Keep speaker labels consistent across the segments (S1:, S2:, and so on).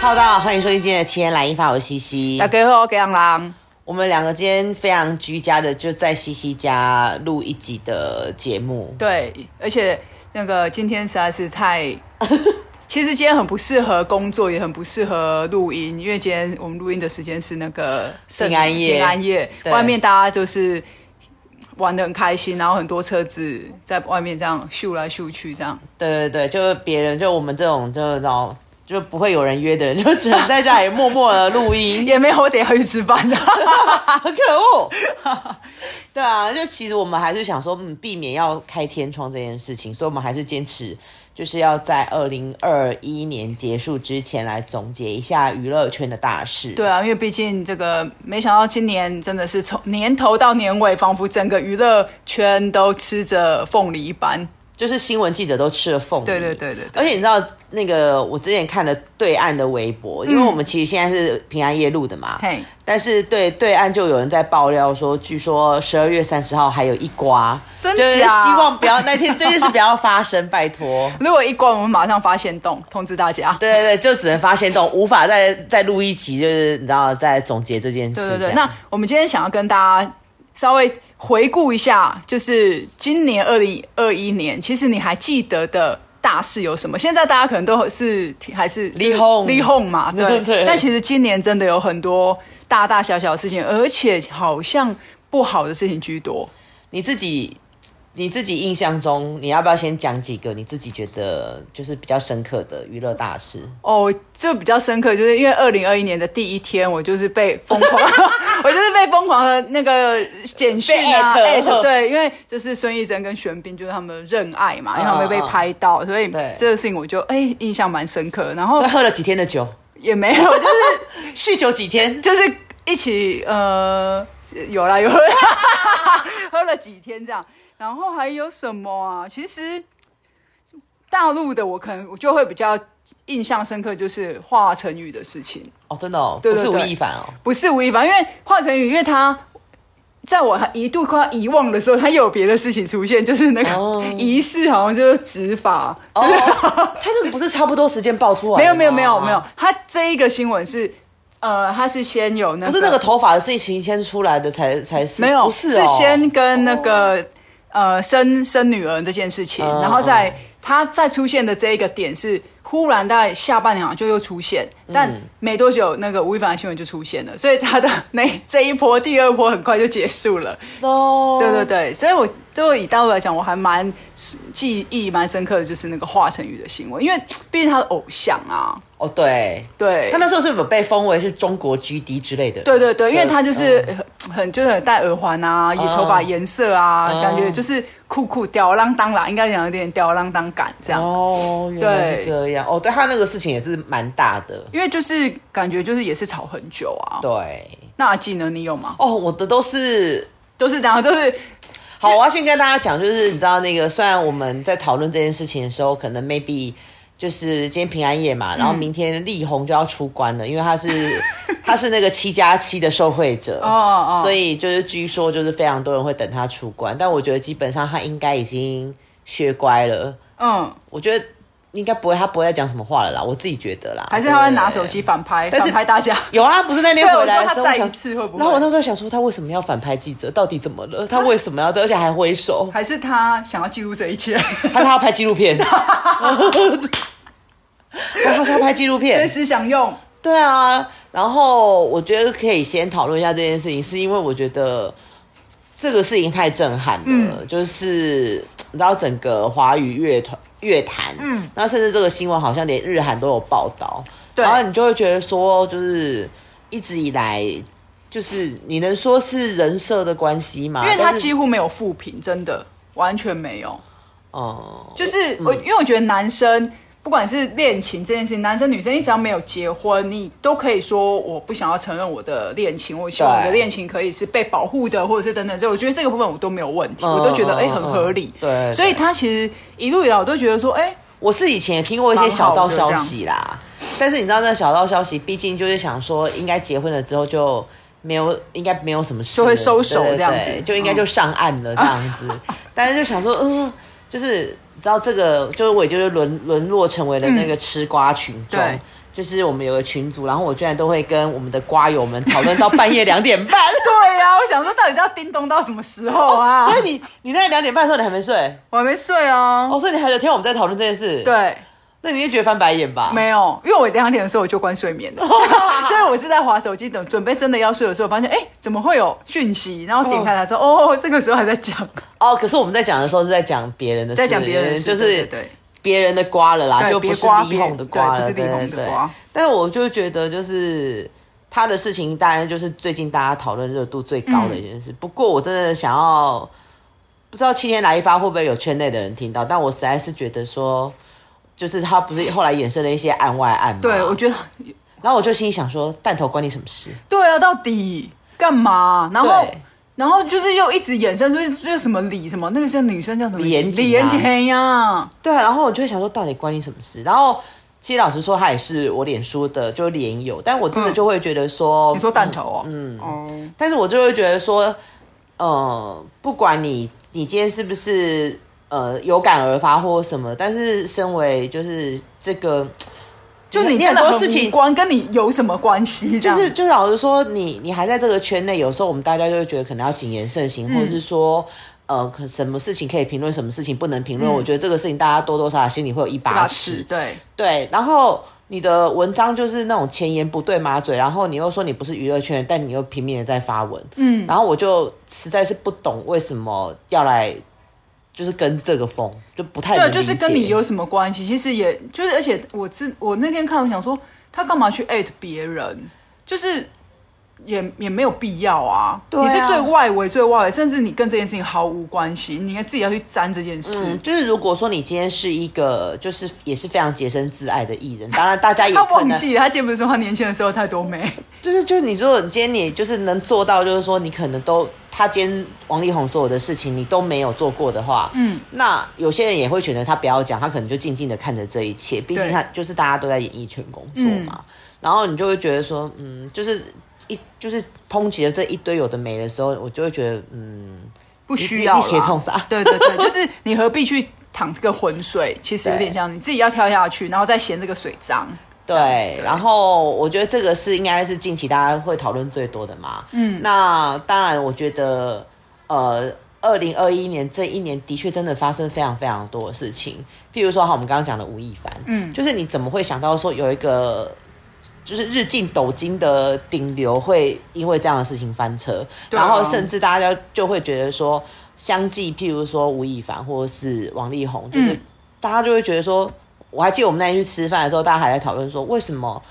S1: Hello，大家好，欢迎收听今天的《七天来一发》，我是西西
S2: 大。家好，给样啦。
S1: 我们两个今天非常居家的，就在西西家录一集的节目。
S2: 对，而且那个今天实在是 太，其实今天很不适合工作，也很不适合录音，因为今天我们录音的时间是那个圣
S1: 平安夜
S2: 平安夜
S1: 对
S2: 外面大家就是玩的很开心，然后很多车子在外面这样咻来咻去，这样
S1: 对对对，就是别人，就我们这种，就然后就不会有人约的人， 就只能在家里默默的录 音，
S2: 也没有我得要去吃饭啊的。
S1: 很可恶。对啊，就其实我们还是想说，嗯，避免要开天窗这件事情，所以我们还是坚持，就是要在二零二一年结束之前来总结一下娱乐圈的大事。
S2: 对啊，因为毕竟这个，没想到今年真的是从年头到年尾，仿佛整个娱乐圈都吃着凤梨一般。
S1: 就是新闻记者都吃了凤梨。
S2: 对对对对对
S1: 而且你知道那个，我之前看了对岸的微博，因为我们其实现在是平安夜录的嘛，
S2: 嗯嘿，
S1: 但是对对岸就有人在爆料说，据说十二月三十号还有一瓜，
S2: 真
S1: 就是希
S2: 假
S1: 望不要那天这件事不要发生，拜 托。
S2: 如果一关，我们马上发现洞，通知大家。
S1: 对对对，就只能发现这种无法再再录一集，就是你知道在总结这件事这
S2: 对
S1: 样。
S2: 对对，那我们今天想要跟大家稍微回顾一下，就是今年二零二一年，其实你还记得的大事有什么？现在大家可能都是还是
S1: 离婚
S2: 离婚嘛，对。
S1: 对 对
S2: 但其实今年真的有很多大大小小的事情，而且好像不好的事情居多。
S1: 你自己你自己印象中，你要不要先讲几个你自己觉得就是比较深刻的娱乐大事？
S2: 哦，就比较深刻，就是因为二零二一年的第一天，我就是被疯狂， 我就是被疯狂的那个简讯啊，
S1: 被 at
S2: 对，因为就是孙艺珍跟玄彬就是他们的认爱嘛，因为他们
S1: 嗯
S2: 被
S1: 嗯
S2: 拍到，所以
S1: 对
S2: 这个事情我就哎、印象蛮深刻，然后
S1: 我喝了几天的酒，
S2: 也没有， 就是，
S1: 酗酒几天
S2: 就是一起呃有啦有啦， 喝了几天这样，然后还有什么啊？其实大陆的我可能我就会比较印象深刻，就是华晨宇的事情。
S1: 哦，真的哦，
S2: 对对
S1: 不是
S2: 对
S1: 吴亦凡哦，
S2: 不是吴亦凡，因为华晨宇，因为他在我一度快要遗忘的时候，他又有别的事情出现，就是那
S1: 哦
S2: 个 仪式，好像就是执法。
S1: 哦，他这个不是差不多时间爆出来的
S2: 没有
S1: 吗
S2: 没有没有没有，，他这一个新闻是，呃，他是先有那
S1: 不
S2: 个，
S1: 是那个头发的事情先出来的才才是，
S2: 没有，
S1: 不是哦，
S2: 先跟那个、呃生生女儿这件事情，
S1: 嗯
S2: 然后再他再出现的这一个点是，忽然在下半年好像就又出现，
S1: 嗯
S2: 但没多久那个吴亦凡的新闻就出现了，所以他的那这一波第二波很快就结束了。
S1: 哦，
S2: 对对对，所以我对我以大陆来讲，我还蛮记忆蛮深刻的，就是那个华晨宇的新闻，因为毕竟他的偶像啊，
S1: 哦对，
S2: 对
S1: 他，那时候是不是被封为是中国 GD 之类的？
S2: 对对对，因为
S1: 对嗯
S2: 他就是很很就是很戴耳环啊，也头发颜色啊，
S1: 嗯
S2: 感觉就是酷酷吊儿郎当啦，应该讲有点吊儿郎当感这样，
S1: 哦，原来是
S2: 对
S1: 这样，哦，对他那个事情也是蛮大的，
S2: 因为就是感觉就是也是吵很久啊。
S1: 对，
S2: 那阿纪呢？你有吗？
S1: 哦，我的都是
S2: 都是这样，都是
S1: 好，我要先跟大家讲，就是你知道那个，虽然我们在讨论这件事情的时候，可能 maybe 就是今天平安夜嘛，然
S2: 嗯
S1: 后明天力宏就要出关了，因为他 是他是那个七加七的受惠者，
S2: 哦哦
S1: 所以就是据说就是非常多人会等他出关，但我觉得基本上他应该已经学乖了，
S2: 嗯，
S1: 我觉得应该不会，他不会再讲什么话了啦，我自己觉得啦，
S2: 还是他会拿
S1: 对
S2: 手。机反 拍，
S1: 但是
S2: 反拍大家。
S1: 有啊，不是那天
S2: 对
S1: 回来
S2: 我
S1: 的时候，
S2: 说他再
S1: 我想
S2: 一次会不会
S1: 然后我那时候想说，他为什么要反拍记者？到底怎么了？他为什么要这样？而且还挥手。
S2: 还是他想要记录这一 切，
S1: 他说他要拍纪录片，他说他要拍纪录
S2: 随
S1: 片，
S2: 时想用。
S1: 对啊。然后我觉得可以先讨论一下这件事情，是因为我觉得这个事情太震撼了，
S2: 嗯
S1: 就是你知道整个华语乐团乐坛，嗯，那甚至这个新闻好像连日韩都有报道，
S2: 对
S1: 然后你就会觉得说，就是一直以来。就是你能说是人设的关系吗？
S2: 因为他
S1: 啊但是
S2: 几乎没有负评，真的完全没有。
S1: 嗯，
S2: 就是我，因为我觉得男生不管是恋情这件事情，男生女生，你只要没有结婚，你都可以说我不想要承认我的恋情，我希望我的
S1: 对
S2: 恋情可以是被保护的，或者是等等这，我觉得这个部分我都没有问题，
S1: 嗯
S2: 我都觉得
S1: 嗯
S2: 哎、很
S1: 嗯
S2: 合理。
S1: 对对
S2: 所以他其实一路以来我都觉得说，哎、
S1: 我是以前也听过一些小道消息啦，但是你知道那小道消息，毕竟就是想说，应该结婚了之后就没有，应该没有什么事了，
S2: 就会收手
S1: 对对
S2: 这样子嗯
S1: 对就应该就上岸了这样子。但是就想说，呃，就是你知道这个，就是我也就是沦沦落成为了那个吃瓜群众，
S2: 对
S1: 就是我们有个群组，然后我居然都会跟我们的瓜友们讨论到半夜两点半。
S2: 对呀、啊我想说到底是要叮咚到什么时候 啊？
S1: 哦所以你你那两点半的时候你还没睡
S2: 我还没睡啊。
S1: 哦，所以你还在听我们在讨论这件事。，
S2: 对，
S1: 那你也觉得翻白眼吧？
S2: 没有，因为我两点的时候我就关睡眠 了，所以我是在划手机等准备真的要睡的时候，发现哎、怎么会有讯息？然后点开来说， 哦，这个时候还在讲，
S1: 哦，可是我们在讲的时候是在讲别人的事，
S2: 在讲别人的事，
S1: 就
S2: 对
S1: 是
S2: 对
S1: 别人的瓜了啦，
S2: 对
S1: 就不
S2: 别
S1: 是
S2: 瓜
S1: 李红的
S2: 别
S1: 瓜了，
S2: 对不是
S1: 对
S2: 李红
S1: 对
S2: 的
S1: 对
S2: 瓜
S1: 但我就觉得就是。他的事情当然就是最近大家讨论热度最高
S2: 嗯
S1: 的一件事。不过我真的想要，不知道七天来一发会不会有圈内的人听到，但我实在是觉得说，就是他不是后来衍生了一些案外案嘛。
S2: 对对，我觉得
S1: 然后我就心里想说，弹头关你什么事？
S2: 对啊，到底干嘛？然后
S1: 对。
S2: 然后就是又一直衍生出就是什么李什么那个叫女生叫什么
S1: 李延景啊
S2: 李延景呀，
S1: 对啊，然后我就会想说，到底关你什么事？然后其实老实说，他也是我脸书的就脸友，但我真的就会觉得说，
S2: 嗯你说弹头哦，嗯哦，
S1: 但是我就会觉得说，呃，不管你你今天是不是呃有感而发或什么，但是身为就是这个，
S2: 就你
S1: 你
S2: 真
S1: 很
S2: 的
S1: 多
S2: 很
S1: 事
S2: 无
S1: 情。
S2: 关跟你有什么关系？这
S1: 就
S2: 样
S1: 是，就老实说，你你还在这个圈内，有时候我们大家就会觉得可能要谨言慎行，或者是
S2: 嗯
S1: 说，呃，可什么事情可以评论，什么事情不能评论。我觉得这个事情大家多多少少心里会有一把
S2: 嗯把
S1: 尺
S2: 持，对，
S1: 对，然后你的文章就是那种前言不对马嘴，然后你又说你不是娱乐圈，但你又拼命的在发文，嗯，然后我就实在是不懂为什么要来，就是跟这个风，就不太
S2: 对，
S1: 能
S2: 就是
S1: 理解
S2: 跟你有什么关系？其实也就是，而且我自我那天看，我想说他干嘛去艾特别人？就是也也没有必要啊。
S1: 对啊
S2: 你是最外围、最外围，甚至你跟这件事情毫无关系，你应该自己要去沾这件事。
S1: 嗯，就是如果说你今天是一个，就是也是非常洁身自爱的艺人，当然大家也
S2: 他
S1: 可
S2: 忘
S1: 能
S2: 记了，他记不是说他年轻的时候太多美，
S1: 就是就是你如果你今天你就是能做到，就是说你可能都他今天王力宏所有的事情你都没有做过的话，嗯，那有些人也会选择他不要讲，他可能就静静的看着这一切，毕竟他就是大家都在演艺圈工作嘛，然后你就会觉得说，嗯，就是一就是抨击了这一堆有的没的时候，我就会觉得，嗯，
S2: 不需要啦
S1: 你你你写冲啥
S2: 对对对，就是你何必去淌这个浑水？其实有
S1: 对
S2: 点像你自己要跳下去，然后再嫌这个水脏。
S1: 对，然后我觉得这个是应该是近期大家会讨论最多的嘛。嗯，那当然，我觉得呃，二零二一年这一年的确真的发生非常非常多的事情，譬如说，好，我们刚刚讲的吴亦凡，嗯，就是你怎么会想到说有一个就是日进斗金的顶流会因为这样的事情翻车，
S2: 对啊
S1: 然后甚至大家就会觉得说，相继譬如说吴亦凡或是王力宏，就是大家就会觉得说，我还记得我们那天去吃饭的时候，大家还在讨论说，为什么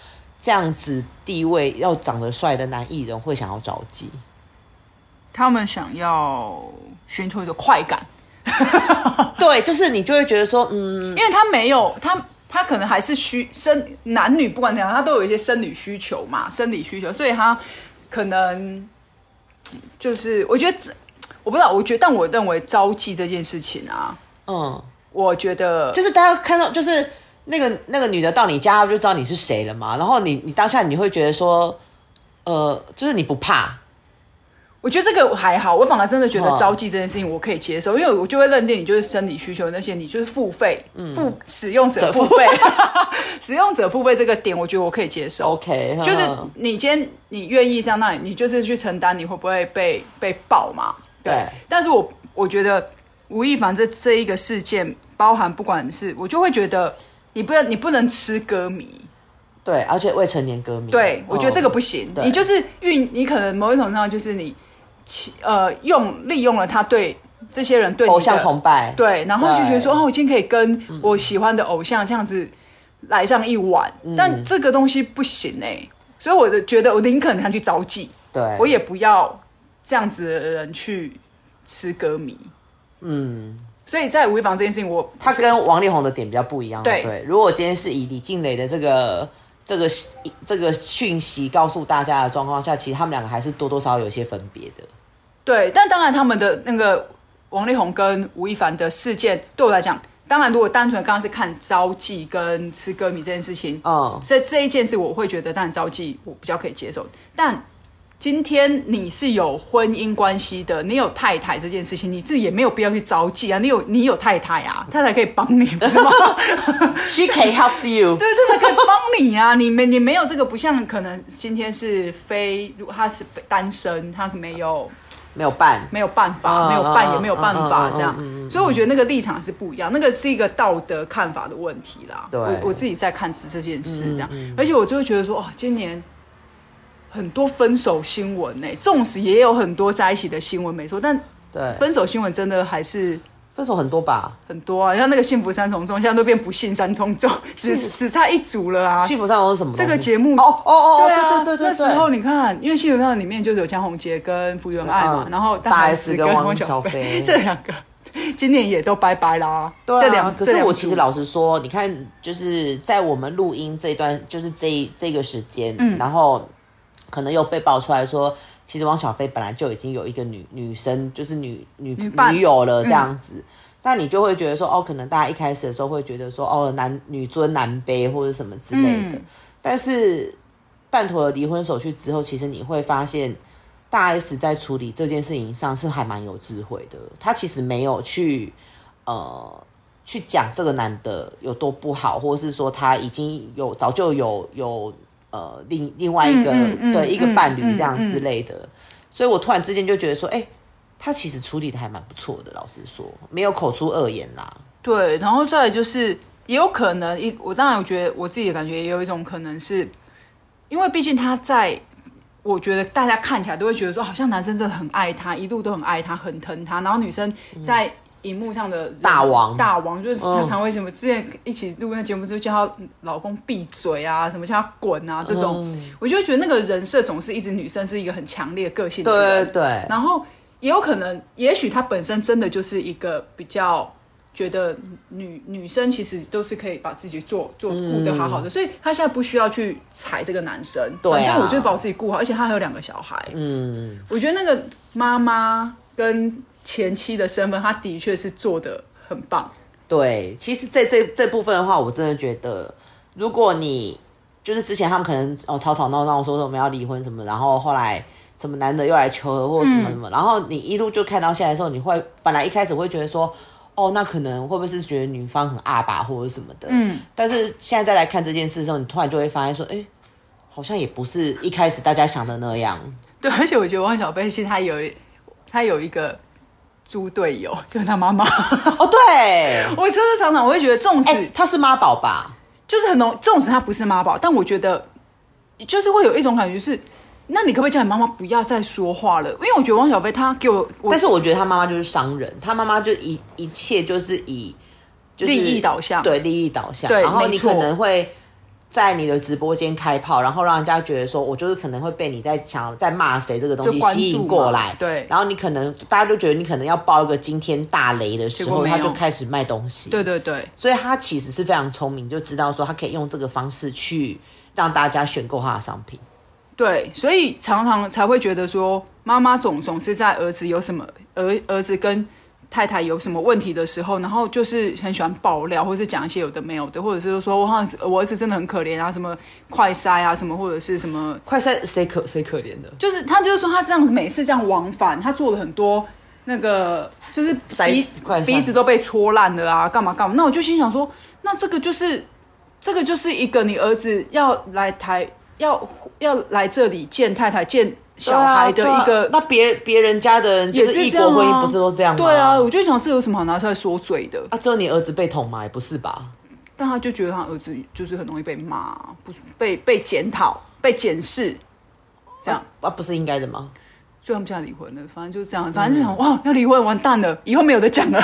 S1: 这样子地位要长得帅的男艺人会想要着急？
S2: 他们想要寻求一种快感，
S1: 对，就是你就会觉得说，嗯，
S2: 因为他没有他。他可能还是需生男女不管怎样，他都有一些生理需求嘛，生理需求，所以他可能就是我觉得这我不知道，我觉得但我认为招妓这件事情啊，
S1: 嗯，
S2: 我觉得
S1: 就是大家看到就是那个那个女的到你家就知道你是谁了嘛，然后你你当下你会觉得说，呃，就是你不怕。
S2: 我觉得这个还好，我反而真的觉得
S1: 哦
S2: 招妓这件事情我可以接受，因为我就会认定你就是生理需求那些，你就是付费，付使用者付费，使用者付费这个点，我觉得我可以接受。
S1: OK，呵呵嗯
S2: 就是你今天你愿意这样，那你你就是去承担，你会不会被被爆嘛？
S1: 对
S2: 但是我我觉得吴亦凡这这一个事件，包含不管是我就会觉得你不能你不能吃歌迷，
S1: 对，而且未成年歌迷，
S2: 对，我觉得这个不
S1: 嗯
S2: 行。
S1: 对
S2: 你就是运，你可能某一种程度上就是你其，呃，用利用了他对这些人对你
S1: 偶
S2: 的
S1: 像崇拜，
S2: 对，然后就觉得说，
S1: 对嗯
S2: 哦，我今天可以跟我喜欢的偶像这样子来上一晚，
S1: 嗯
S2: 但这个东西不行哎、所以我的觉得，我宁可他去招妓，
S1: 对，
S2: 我也不要这样子的人去吃歌迷。
S1: 嗯，
S2: 所以在吴亦凡这件事情，我
S1: 他跟王力宏的点比较不一样，啊
S2: 对
S1: 对。如果今天是以李静蕾的这个这个这个讯息告诉大家的状况下，其实他们两个还是多多少少有一些分别 的，
S2: 对，但当然他们的那个王力宏跟吴亦凡的事件，对我来讲，当然如果单纯刚刚是看招妓跟吃歌迷这件事情，
S1: 嗯
S2: 这这一件事我会觉得，当然招妓我比较可以接受，但今天你是有婚姻关系的，你有太太这件事情，你自己也没有必要去着急啊。你有你有太太啊，太太可以帮你，不是吗？
S1: She can help you。
S2: 对，真的可以帮你啊！你没你没有这个，不像可能今天是非，如果他是单身，他没有
S1: 没有办，
S2: 没有办法，
S1: 啊
S2: 没有
S1: 啊
S2: 办也没有办
S1: 啊啊
S2: 法
S1: 啊
S2: 这样
S1: 嗯嗯，
S2: 所以我觉得那个立场是不一样，那个是一个道德看法的问题啦。
S1: 对嗯
S2: 我我自己在看这件事这样，而且我就会觉得说，哦，今年很多分手新闻呢、纵使也有很多在一起的新闻没错，但
S1: 对，
S2: 分手新闻真的还是。
S1: 分手很多吧？
S2: 很多啊，像那个幸福三重奏，现在都变不幸三重奏，只
S1: 幸福
S2: 只差一组了啊。
S1: 幸福上有什么东西？
S2: 这个节目
S1: 哦哦哦，
S2: 对啊，
S1: 对对对对，
S2: 那时候你看，因为《幸福上》里面就是有江宏杰跟福原爱嘛，
S1: 嗯
S2: 然后
S1: 大 S
S2: S
S1: 跟
S2: 跟
S1: 汪
S2: 小
S1: 小菲
S2: 这两个今年也都拜拜啦。
S1: 对啊
S2: 这两
S1: 可是
S2: 这两
S1: 我
S2: 组
S1: 其实老实说，你看，就是在我们录音这一段，就是这一这个时间，
S2: 嗯
S1: 然后可能又被爆出来说，其实汪小菲本来就已经有一个女女生，就是女女
S2: 女伴嗯
S1: 友了这样子。那你就会觉得说，哦，可能大家一开始的时候会觉得说，哦，男女尊男卑或者什么之类的。
S2: 嗯
S1: 但是办妥了离婚手续之后，其实你会发现，大 S 在处理这件事情上是还蛮有智慧的。她其实没有去呃去讲这个男的有多不好，或是说他已经有早就有有呃另另外一个、
S2: 嗯嗯嗯
S1: 对一个
S2: 嗯
S1: 伴侣
S2: 嗯
S1: 这样
S2: 嗯
S1: 之类的。所以我突然之间就觉得说，哎、他其实处理的还蛮不错的，老实说，没有口出恶言啦。
S2: 对，然后再来就是也有可能一，我当然我觉得我自己的感觉也有一种可能是，因为毕竟他在。我觉得大家看起来都会觉得说，哦好像男生真的很爱她，一路都很爱她，很疼她。然后女生在荧幕上的
S1: 嗯大王
S2: 大王就是他
S1: 嗯
S2: 常为什么之前一起录那节目就叫她老公闭嘴啊，什么叫她滚啊这种，
S1: 嗯
S2: 我就会觉得那个人设总是一直女生是一个很强烈个性的
S1: 对
S2: 人，
S1: 对，
S2: 然后也有可能，也许他本身真的就是一个比较觉得女女生其实都是可以把自己做做顾得好好的，所以他现在不需要去踩这个男生。
S1: 对啊
S2: 反正我就把我自己顾好，而且他还有两个小孩。
S1: 嗯，
S2: 我觉得那个妈妈跟前妻的身份，他的确是做的很棒。
S1: 对，其实这这这部分的话，我真的觉得，如果你就是之前他们可能哦吵吵闹闹说什么要离婚什么，然后后来什么男的又来求和或什么什么，然后你一路就看到现在的时候，你会本来一开始会觉得说。哦，那可能会不会是觉得女方很阿爸或者什么的？嗯，但是现在再来看这件事的时候，你突然就会发现说，哎、好像也不是一开始大家想的那 样。
S2: 对，而且我觉得汪小菲其实他有一他有一个猪队友，就是他妈妈。
S1: 哦，对，哎、
S2: 我真的常常我会觉得，纵使、
S1: 他是妈宝吧？
S2: 就是很浓，纵使他不是妈宝，但我觉得就是会有一种感觉是，那你可不可以叫你妈妈不要再说话了？因为我觉得汪小菲她给我，我
S1: 但是我觉得他妈妈就是商人，他妈妈就一一切就是以就是
S2: 利益导向
S1: 对利益导向。
S2: 对
S1: 然后你
S2: 没错
S1: 可能会在你的直播间开炮，然后让人家觉得说我就是可能会被你在想在骂谁这个东
S2: 就
S1: 西
S2: 关注
S1: 吸引
S2: 嘛
S1: 过来，
S2: 对
S1: 然后你可能大家就觉得你可能要爆一个惊天大雷的时
S2: 结果
S1: 候，
S2: 没有
S1: 他就开始卖东西。
S2: 对对对
S1: 所以他其实是非常聪明，就知道说他可以用这个方式去让大家选购他的商品。
S2: 对，所以常常才会觉得说，妈妈总总是在儿子有什么儿儿子跟太太有什么问题的时候，然后就是很喜欢爆料，或是讲一些有的没有的，或者是说我好像我儿子真的很可怜啊，什么快塞啊，什么或者是什么
S1: 快塞谁可谁可怜的？
S2: 就是他就是说他这样子每次这样往返，他做了很多那个就是
S1: 塞
S2: 鼻
S1: 快塞
S2: 鼻子都被戳烂了啊，干嘛干嘛？那我就心想说，那这个就是这个就是一个你儿子要来台要要来这里见太太见小孩的
S1: 对啊
S2: 一
S1: 对
S2: 个
S1: 啊。那别别人家的人就
S2: 也
S1: 是
S2: 是
S1: 异
S2: 这
S1: 国
S2: 样
S1: 婚姻，
S2: 啊，
S1: 不是都这样吗？
S2: 对啊，我就想这有什么好拿出来说嘴的？
S1: 啊，只有你儿子被捅吗？也不是吧？
S2: 但他就觉得他儿子就是很容易被骂，不是被被检讨、被检视，这样。
S1: 啊，不是应该的吗？
S2: 所以他们现在离婚了，反正就是这样，反
S1: 嗯
S2: 正就想哇，要离婚完蛋了，以后没有得讲了，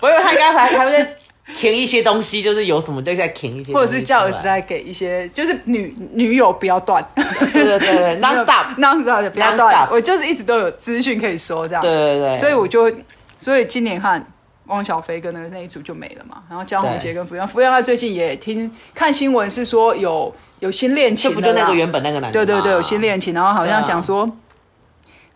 S1: 我以为他应该还还会再填一些东西，就是有什么就再填一些东
S2: 或
S1: 西出来，
S2: 者是叫儿子来给一些，就是女女友不 要断
S1: 对对对 对，non stop，
S2: non stop 不要断
S1: Non-stop，
S2: 我就是一直都有资讯可以说这样，
S1: 对对对，
S2: 所以我就，所以今年看汪小菲跟那个那一组就没了嘛，然后江宏杰跟福原，福原他最近也听看新闻是说有有新恋情
S1: 这
S2: 了
S1: 不
S2: 啦，
S1: 就那个原本那个男的
S2: 对
S1: 吗
S2: 对对，有新恋情，然后好像
S1: 对啊
S2: 讲说。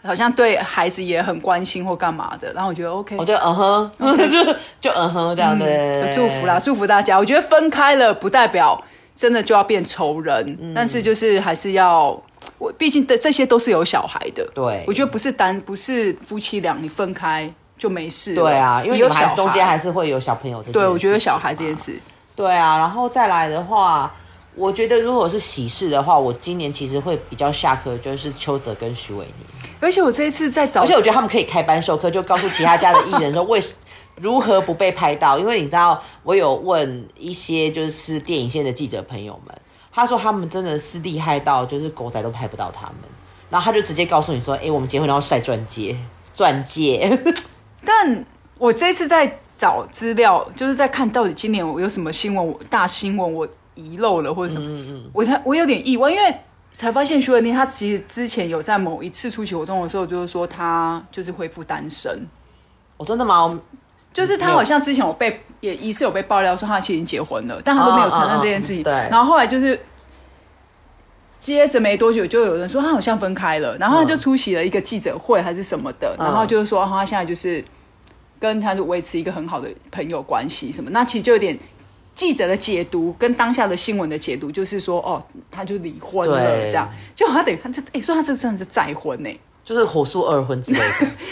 S2: 好像对孩子也很关心或干嘛的，然后我觉得 OK，
S1: 我就嗯哼， 就就嗯哼这样的、对
S2: 呃祝福啦，。祝福大家。我
S1: 嗯
S2: 觉得分开了不代表真的就要变仇人，但是就是还是要我毕竟的这些都是有小孩的，
S1: 对
S2: 我觉得不是单不是夫妻俩你分开就没事了，
S1: 对啊，因为
S2: 你
S1: 你
S2: 有
S1: 们
S2: 小
S1: 还
S2: 孩
S1: 是中间还是会有小朋友这件
S2: 对，我觉得
S1: 事情
S2: 小孩这件
S1: 嘛
S2: 事，
S1: 对啊，然后再来的话，我觉得如果是喜事的话，我今年其实会比较下课，就是邱泽跟徐伟宁，
S2: 而且我这一次在找，
S1: 而且我觉得他们可以开班授课，就告诉其他家的艺人说为什。如何不被拍到？因为你知道，我有问一些就是电影线的记者朋友们，他说他们真的是厉害到，就是狗仔都拍不到他们。然后他就直接告诉你说：“哎、我们结婚然后晒钻戒，钻戒。
S2: 但我这次在找资料，就是在看到底今年我有什么新闻，我大新闻我遗漏了或者什么，我才我有点意外，因为才发现徐文宁他其实之前有在某一次出席活动的时候，就是说他就是恢复单身，
S1: 我真的吗？我
S2: 就是他好像之前有被也疑似有被爆料说他其实已经结婚了，但他都没有承认这件事情。
S1: 哦哦哦对
S2: 然后后来就是接着没多久，就有人说他啊好像分开了，然后他就出席了一个记者会还是什么的，
S1: 嗯
S2: 然后就是说、哦、他现在就是跟他就维持一个很好的朋友关系什么，那其实就有点。记者的解读跟当下的新闻的解读，就是说，哦，他就离婚了，
S1: 对
S2: 这样，就他等于他这，哎、说他这真的是再婚呢、
S1: 就是火速二婚之类 的。”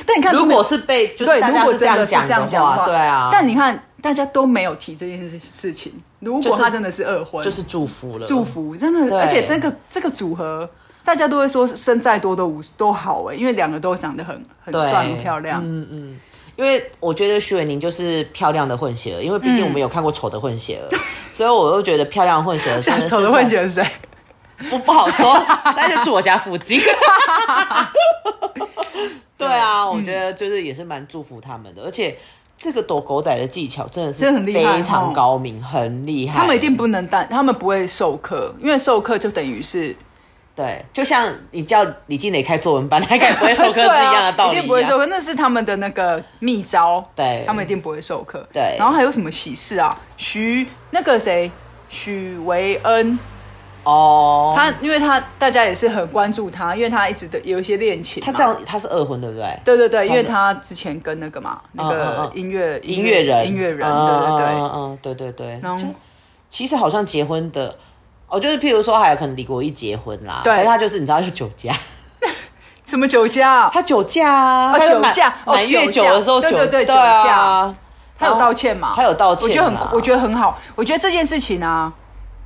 S2: 但你看，
S1: 如果是被就是
S2: 对，
S1: 大
S2: 如
S1: 家
S2: 果
S1: 是这
S2: 真的
S1: 样
S2: 是这样
S1: 讲
S2: 讲
S1: 的话，对啊，
S2: 但你看，大家都没有提这件事事情。如
S1: 就
S2: 果
S1: 是
S2: 他真的是二婚，
S1: 就是祝福了，
S2: 祝福，真的，
S1: 对
S2: 而且这个这个组合，大家都会说生再多都无都好哎、因为两个都长得很很
S1: 对
S2: 帅、很漂亮。
S1: 嗯嗯，因为我觉得徐伟宁就是漂亮的混血儿，因为毕竟我们有看过丑的混血儿， 所以我又觉得漂亮的混血儿真的是
S2: 嗯 丑的混血是谁？
S1: 不不好说，但就住我家附 近。对
S2: 嗯
S1: 啊，我觉得就是也是蛮祝福他们的，而且这个躲狗仔的技巧真的是
S2: 真的很厉害
S1: 非
S2: 哦
S1: 常高明，很厉害。
S2: 他们一定不能单，他们不会授课，因为授课就等于是
S1: 对，就像你叫李静蕾开作文班，他应该不会 授课是一样的道理
S2: 对啊
S1: 样。
S2: 一定不会授课，那是他们的那个秘招。
S1: 对
S2: 他们一定不会授课。
S1: 对
S2: 然后还有什么喜事啊？徐那个谁，许维恩，
S1: 哦，
S2: 他因为他大家也是很关注他，因为他一直的有一些恋情嘛。
S1: 他这样他是二婚对不对？
S2: 对对对，
S1: 是
S2: 因为他之前跟那个嘛，那
S1: 嗯
S2: 个
S1: 嗯嗯
S2: 音乐
S1: 音乐人，
S2: 音乐人，
S1: 嗯
S2: 对对
S1: 嗯。
S2: 对
S1: 嗯对对对。
S2: 然
S1: 就
S2: 后
S1: 其实好像结婚的，哦，就是譬如说，还有可能李国毅结婚啦，
S2: 对
S1: 但他就是你知道要酒 驾，
S2: 什么酒驾？
S1: 他酒驾啊，
S2: 哦
S1: 他就满
S2: 酒驾哦
S1: 满月酒的时候
S2: 酒
S1: 酒，
S2: 驾对对对
S1: 啊
S2: 酒驾他有道歉嘛？
S1: 他有道歉啊
S2: 我
S1: 啦
S2: 觉得很，我觉得很好。我觉得这件事情啊，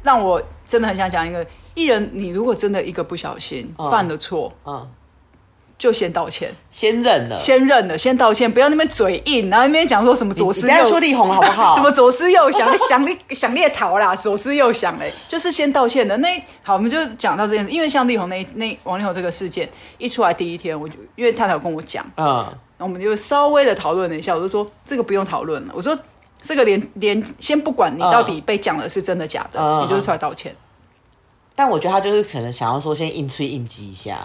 S2: 让我真的很想讲一个艺人，你如果真的一个不小心犯了错，
S1: 嗯，
S2: 就先道歉，
S1: 先认了。
S2: 先认了，先道歉，不要那边嘴硬，然后那边讲说什么左
S1: 你
S2: 思
S1: 不要
S2: 右
S1: 说力宏好不好？
S2: 怎么左思右想， 想力想猎逃啦，左思右想嘞，就是先道歉的那一好，我们就讲到这件事，因为像力宏那一那王力宏这个事件一出来第一天，我就因为他有跟我讲，
S1: 嗯，
S2: 然后我们就稍微的讨论了一下，我就说这个不用讨论了，我说这个连连先不管你到底被讲的是真的假的，
S1: 嗯
S2: 你就是出来道歉。
S1: 但我觉得他就是可能想要说先硬吹硬激一下。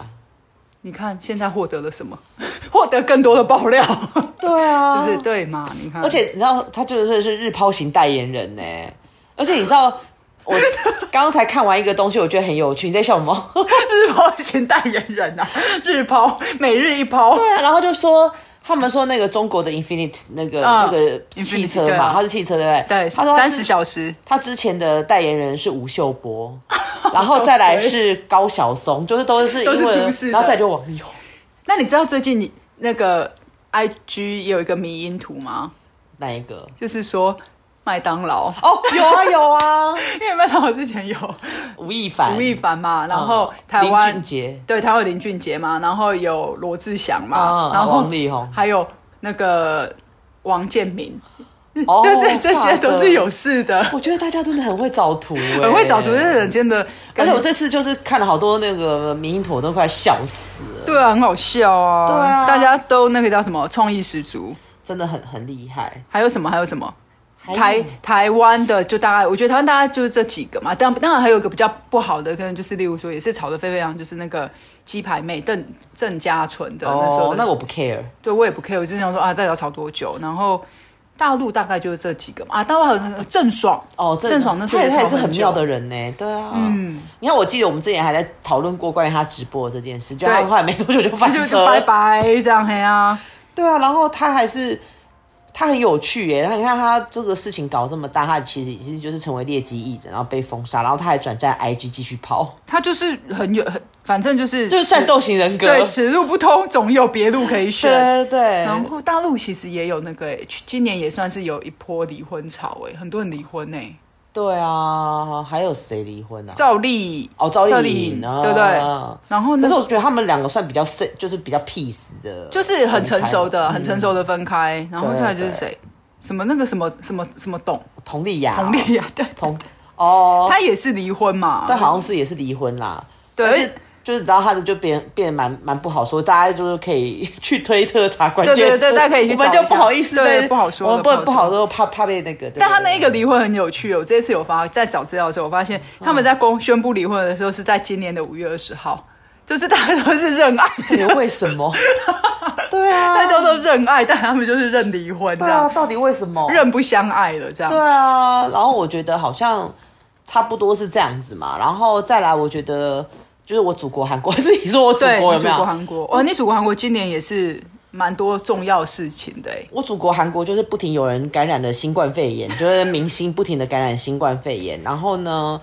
S2: 你看现在获得了什么？ 获得更多的爆料，
S1: 对啊，
S2: 就是对嘛？你看，
S1: 而且你知道，他就是是日抛型代言人呢。而且你知道， 我刚刚才看完一个东西，我觉得很有趣。你在笑什么？
S2: 日抛型代言人啊，日抛每日一抛，
S1: 对啊，然后就说他们说那个中国的 Infinite 那个、
S2: 嗯
S1: 那个
S2: Infinity，
S1: 汽车
S2: 对啊
S1: 嘛，它是汽车对不对？
S2: 对，
S1: 他说他
S2: 三
S1: 之
S2: 十小时。
S1: 他之前的代言人是吴秀 波，然后再来是高晓松，就是都是
S2: 哦都是
S1: 英文
S2: 出事的
S1: 然后再就王力宏，
S2: 那你知道最近你那个 I G 也有一个迷因图吗？
S1: 哪一个？
S2: 就是说麦当劳，
S1: 哦，有啊有啊，
S2: 因为麦当劳之前有
S1: 吴亦凡，
S2: 吴亦凡嘛，然后
S1: 嗯
S2: 台湾、
S1: 林俊杰
S2: 对，台湾有林俊杰嘛，然后有罗志祥嘛，
S1: 嗯
S2: 然后
S1: 王力宏
S2: 还有那个王健民，
S1: 哦，
S2: 就 这这些都是
S1: 大
S2: 有事的，
S1: 哦哥。我觉得大家真的很会找图、欸，
S2: 很会找主持人间的
S1: 而
S2: 感
S1: 且
S2: 觉，
S1: 我这次就是看了好多那个民音图，我都快笑死了，
S2: 对啊，很好笑啊，
S1: 对啊
S2: 大家都那个叫什么创意十足，
S1: 真的很很厉害。
S2: 还有什么？还有什么？
S1: 有
S2: 台台湾的就大概，我觉得台湾大概就是这几个嘛。当当然还有一个比较不好的，可能就是例如说也是吵得沸沸扬扬，就是那个鸡排妹邓郑家纯的、那时
S1: 哦
S2: 候的，
S1: 那我不 care，
S2: 对我也不 care，我就想说啊，到底要吵多久？然后大陆大概就是这几个嘛。啊，大陆还有那个郑爽
S1: 哦，
S2: 郑爽那时候
S1: 他也
S2: 也
S1: 他也
S2: 吵
S1: 是很
S2: 久
S1: 妙的人呢、对啊，嗯，你看我记得我们之前还在讨论过关于他直播的这件事，就他
S2: 对
S1: 后来没多久就翻
S2: 就就
S1: 车，
S2: 拜拜这样嘿啊，
S1: 对啊，然后他还是他很有趣耶、他你看他这个事情搞这么大，他其实已经就是成为劣迹艺人，然后被封杀，然后他还转战 IG 继续跑，
S2: 他就是很有，很反正就是
S1: 就是战斗型人格。
S2: 对，此路不通，总有别路可以选。
S1: 对对对，
S2: 然后大陆其实也有那个、欸，去今年也算是有一波离婚潮、欸，很多人离婚呢、欸。
S1: 对啊，还有谁离婚啊？
S2: 赵丽
S1: 哦，赵丽颖啊，
S2: 对不对？然后
S1: 可是
S2: 那时
S1: 我
S2: 候
S1: 觉得他们两个算比较 s 就是比较 peace 的，
S2: 就是很成熟的，很成熟的分开。然后
S1: 对
S2: 再来就是
S1: 嗯对
S2: 谁，什么那个什么什么什么董
S1: 佟丽娅，
S2: 佟丽娅，对，
S1: 佟哦，
S2: 他也是离婚嘛。
S1: 但好像是也是离婚啦。
S2: 对
S1: 但是就是你知道他的就变变得蛮蛮不好说，大家就是可以去推特查关键
S2: 对对
S1: 字
S2: 对大家可以去
S1: 我们
S2: 找一
S1: 就
S2: 下
S1: 不好意思，
S2: 对
S1: 但是
S2: 不好说
S1: 我
S2: 的
S1: 们不
S2: 不好
S1: 不好说，怕怕被那个。对
S2: 但他
S1: 对对嗯
S2: 那个离婚很有趣哦，我这次有发在找资料的时候，我发现他们在公宣布离婚的时候是在今年的五月二十号，就是大家都是认爱，
S1: 对啊为什么？对
S2: 大
S1: 啊，
S2: 家都认爱，但他们就是认离婚这
S1: 对啊，
S2: 样，
S1: 到底为什么？
S2: 认不相爱了这样
S1: 对。啊，然后我觉得好像差不多是这样子嘛，然后再来，我觉得就是我祖国韩国， 自己说我祖
S2: 对，
S1: 国有
S2: 你
S1: 没
S2: 祖
S1: 有？
S2: 国韩国哦，你祖国韩国今年也是蛮多重要事情的哎。
S1: 我祖国韩国就是不停有人感染了新冠肺炎，就是明星不停的感染新冠肺炎。然后呢，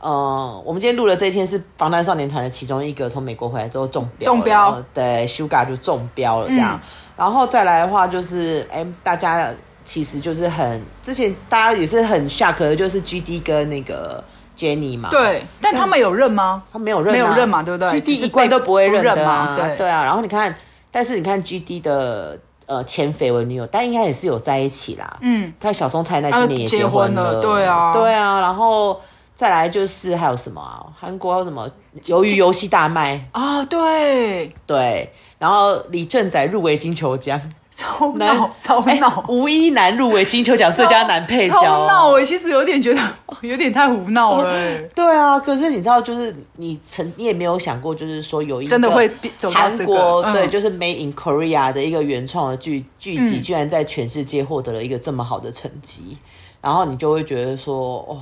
S1: 呃，我们今天录的这一天是防弹少年团的其中一个从美国回来之后中标了，
S2: 中标嗯
S1: 对，Suga 就中标了这样。然后再来的话就是，哎、大家其实就是很之前大家也是很下课的，就是 GD 跟那个 Jenny 嘛，
S2: 对，但他们有认吗？
S1: 啊他没有认、啊，
S2: 没有认嘛对不对
S1: ？G D
S2: 只是
S1: 一贯都不会认
S2: 不
S1: 的、
S2: 认
S1: 啊
S2: 嘛，对
S1: 对啊。然后你看，但是你看 G D 的呃前绯闻女友，但应该也是有在一起啦。
S2: 嗯，
S1: 看小松菜奈今年也结
S2: 啊结婚
S1: 了，
S2: 了对啊
S1: 对啊。然后再来就是还有什么啊？韩国还有什么鱿鱼游戏大卖？
S2: 啊，对，
S1: 对，然后李正载入围金球奖，
S2: 超
S1: 男
S2: 闹，超
S1: 哎
S2: 闹。
S1: 吴一男入围金球奖最佳男配角
S2: 超
S1: 哦，
S2: 闹哎！其实有点觉得有点太胡闹了欸，
S1: 对啊，可是你知道，就是你曾你也没有想过，就是说有一个
S2: 真的会变走到
S1: 韩
S2: 这个
S1: 国、
S2: 嗯
S1: 对，就是 Made in Korea 的一个原创的剧剧集，
S2: 嗯
S1: 居然在全世界获得了一个这么好的成绩，然后你就会觉得说，哦，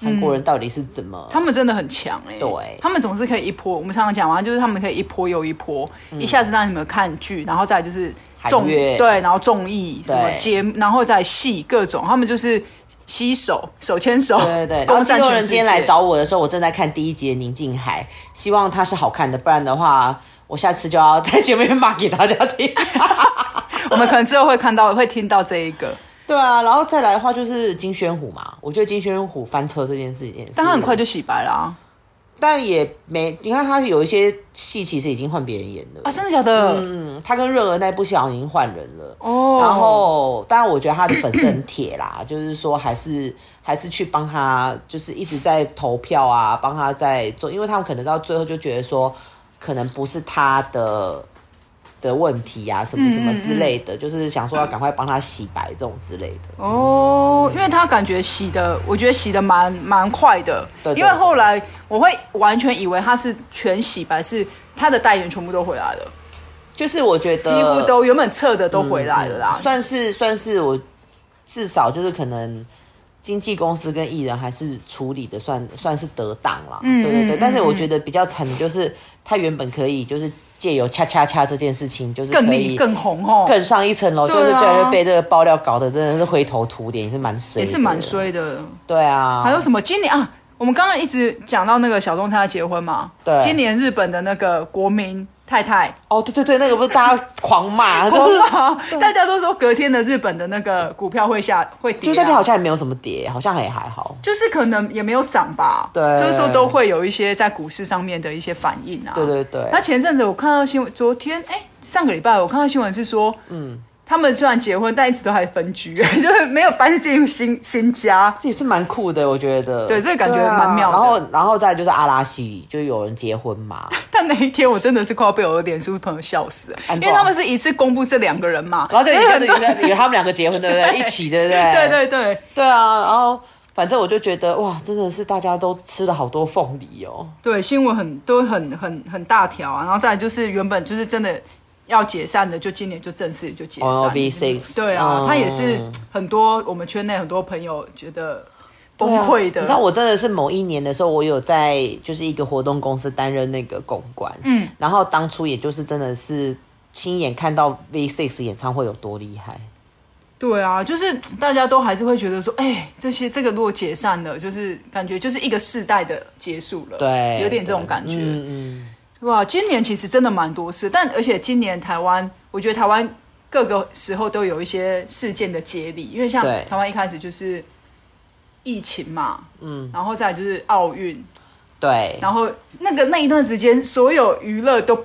S1: 韩国人到底是怎么？
S2: 嗯他们真的很强哎、
S1: 对
S2: 他们总是可以一波。我们常常讲嘛，就是他们可以一波又一波，一下子让你们看剧，然后再来就是
S1: 嗯
S2: 综
S1: 韩乐
S2: 对，然后综艺什么
S1: 对
S2: 节目，然后再戏各种，他们就是携手手牵手，
S1: 对对对，然后
S2: 攻
S1: 制
S2: 占
S1: 作人
S2: 全世
S1: 今天
S2: 界。
S1: 来找我的时候，我正在看第一集的宁静海，希望它是好看的，不然的话，我下次就要在节目里面骂给大家 听。
S2: 我们可能之后会看到，会听到这一个，
S1: 对啊，然后再来的话就是金宣虎嘛，我觉得金宣虎翻车这件事情，
S2: 但他很快就洗白了啊！
S1: 但也没，你看他有一些戏其实已经换别人演了。
S2: 啊真的假的？
S1: 嗯，他跟润儿那部戏好像已经换人了。
S2: 哦
S1: 然后，当然我觉得他的粉丝很铁啦， 就是说还是还是去帮他，就是一直在投票啊，帮他在做，因为他们可能到最后就觉得说，可能不是他的。的问题啊，
S2: 嗯
S1: 什么什么之类的，就是想说要赶快帮他洗白这种之类的。
S2: 哦，因为他感觉洗的，我觉得洗的蛮蛮快的，
S1: 对对
S2: 因为后来我会完全以为他是全洗白，是他的代言全部都回来了，
S1: 就是我觉得
S2: 几乎都原本撤的都回来了啦。
S1: 算是算是我至少就是可能经纪公司跟艺人还是处理的算算是得当啦，
S2: 嗯
S1: 对对对。但是我觉得比较惨的就是他原本可以就是借由恰恰恰这件事情，就是
S2: 更
S1: 可
S2: 厉
S1: 以
S2: 更红哦，
S1: 更上一层楼，
S2: 对
S1: 就是
S2: 啊
S1: 居然被这个爆料搞得真的是灰头土脸，也是蛮衰，
S2: 也是蛮。衰的。
S1: 对啊，
S2: 还有什么？今年啊，我们刚刚一直讲到那个小东他结婚嘛，
S1: 对
S2: 今年日本的那个国民 太太，
S1: 哦，对对对，那个不是大家狂 骂，
S2: 哇
S1: 就是
S2: 大家都说隔天的日本的那个股票会下会
S1: 就
S2: 跌、啊，
S1: 那天好像也没有什么跌，好像也还好。
S2: 就是可能也没有涨吧，
S1: 对
S2: 就是说都会有一些在股市上面的一些反应啊。
S1: 对对对
S2: 那前阵子我看到新闻，昨天哎、上个礼拜我看到新闻是说，嗯，他们虽然结婚，但一直都还分居，就是没有搬进新新家。
S1: 这也是蛮酷的，我觉得。
S2: 对这个感觉
S1: 对啊
S2: 蛮妙的
S1: 然后，然后再来就是阿拉西，就有人结婚 嘛，
S2: 但那一天我真的是快要被我的脸书朋友笑死了，
S1: 安
S2: 因
S1: 座
S2: 为他们是一次公布这两个人嘛，
S1: 然后就
S2: 所以很
S1: 你
S2: 多
S1: 跟着以为他们两个结婚，对不 对？一起，对不对？
S2: 对对对，
S1: 对啊！然后反正我就觉得哇，真的是大家都吃了好多凤梨哦。
S2: 对，新闻很都很很很大条啊，然后再来就是原本就是真的要解散的，就今年就正式就解散。
S1: 哦，V6
S2: 对啊，
S1: 嗯
S2: 他也是很多我们圈内很多朋友觉得崩
S1: 对
S2: 溃
S1: 啊
S2: 的。
S1: 你知道我真的是某一年的时候，我有在就是一个活动公司担任那个公关，
S2: 嗯，
S1: 然后当初也就是真的是亲眼看到 V6 演唱会有多厉害。
S2: 对啊，就是大家都还是会觉得说，哎、这些这个如果解散了，就是感觉就是一个世代的结束了，
S1: 对，
S2: 有点这种感觉。
S1: 嗯嗯，
S2: 哇，今年其实真的蛮多事，但而且今年台湾，我觉得台湾各个时候都有一些事件的接力，因为像
S1: 对
S2: 台湾一开始就是疫情嘛，嗯，然后再来就是奥运，
S1: 对，
S2: 然后那个那一段时间，所有娱乐都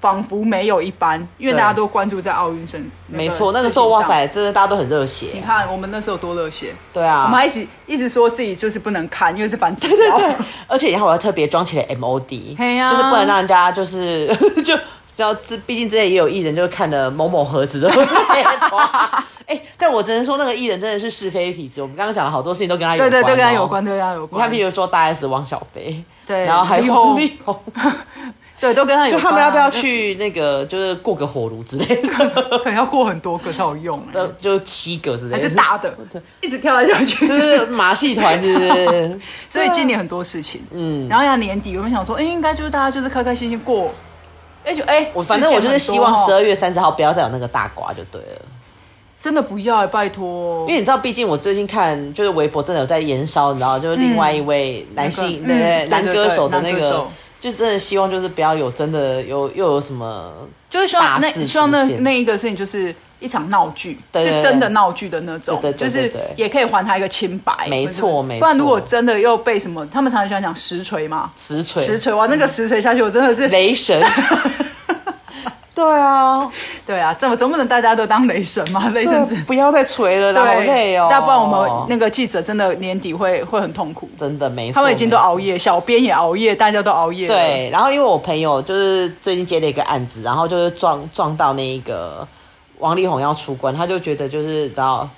S2: 仿佛没有一般，因为
S1: 对
S2: 大家都关注在奥运身，
S1: 没错，那
S2: 个
S1: 个
S2: 事情
S1: 时候哇
S2: 上，
S1: 塞，真的大家都很热血
S2: 你，看我们那时候多热血，
S1: 对
S2: 我
S1: 啊
S2: 们，还一起一直说自己就是不能看，因为是反指标，
S1: 而且然后我还 特别装起来 MOD，
S2: 嘿呀
S1: 就是不能让人家就是 就。要之，毕竟之前也有艺人，就是看了某某盒子的 哎、但我只能说那个艺人真的是是非体质。我们刚刚讲了好多事情都跟他有
S2: 对
S1: 关、哦
S2: 对，都跟他 有关，。都哦跟他有
S1: 你看，
S2: 关，
S1: 譬如说大 S、王小飞，
S2: 对
S1: 然后 还
S2: 力
S1: 有
S2: 宏
S1: 王力宏，
S2: 啊对，都跟他有
S1: 就
S2: 关啊、
S1: 他们要不要去那个，就是过个火炉之类的，
S2: 可能要过很多个才有 用、欸，
S1: 呃就七个之类
S2: 还
S1: 的，
S2: 是大的，一直跳来跳去
S1: 就。是马戏团，是不 是？
S2: 所以今年很多事情，嗯，然后要年底，我们想说，哎、应该就是大家就是开开心心过。哎、就哎、
S1: 我反正我就是希望十
S2: 事件很多哦
S1: 二月三十号不要再有那个大瓜就对了，
S2: 真的不要、哎，拜托
S1: 因，为你知道，毕竟我最近看就是微博真的有在延烧，你知道，就是另外一位男性
S2: 嗯那个
S1: 对
S2: 嗯
S1: 男
S2: 对对
S1: 歌手的
S2: 对
S1: 那
S2: 男歌
S1: 个
S2: 手，
S1: 就真的希望就是不要有真的有又有什么
S2: 就是希望那
S1: 大事出现
S2: 希望那那一个事情就是一场闹剧，
S1: 对对对
S2: 是真的闹剧的那种，
S1: 对对对对对
S2: 就是也可以还他一个清白，
S1: 没错
S2: 或者
S1: 没错
S2: 不然如果真的又被什么，他们常常喜欢讲实锤嘛，
S1: 实
S2: 实
S1: 锤
S2: 锤哇，那个实锤下去，我真的是，
S1: 雷 神，对啊，
S2: 对啊，怎么总不能大家都当雷神嘛，雷神子
S1: 对，不要再锤了啦，好累哦，
S2: 要不然我们那个记者真的年底会会很痛苦，
S1: 真的没错，
S2: 他们已经都
S1: 没错
S2: 熬夜，小编也熬夜，大家都熬夜。，
S1: 对，然后因为我朋友就是最近接了一个案子，然后就是撞撞到那一个王力宏要出关，他就觉得就是然后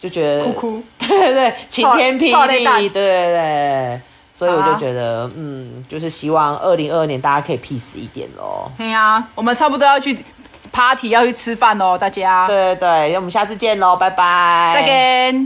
S1: 就觉得
S2: 哭哭。
S1: 对 对对，晴天
S2: 操
S1: 霹
S2: 内
S1: 雳，
S2: 蛋
S1: 对对对。所以我
S2: 好啊
S1: 就觉得，嗯，就是希望二零二二年大家可以 peace 一点咯。
S2: 对呀、我们差不多要去 party，要去吃饭喽，大家。
S1: 对对对，那我们下次见喽，拜拜，
S2: 再见。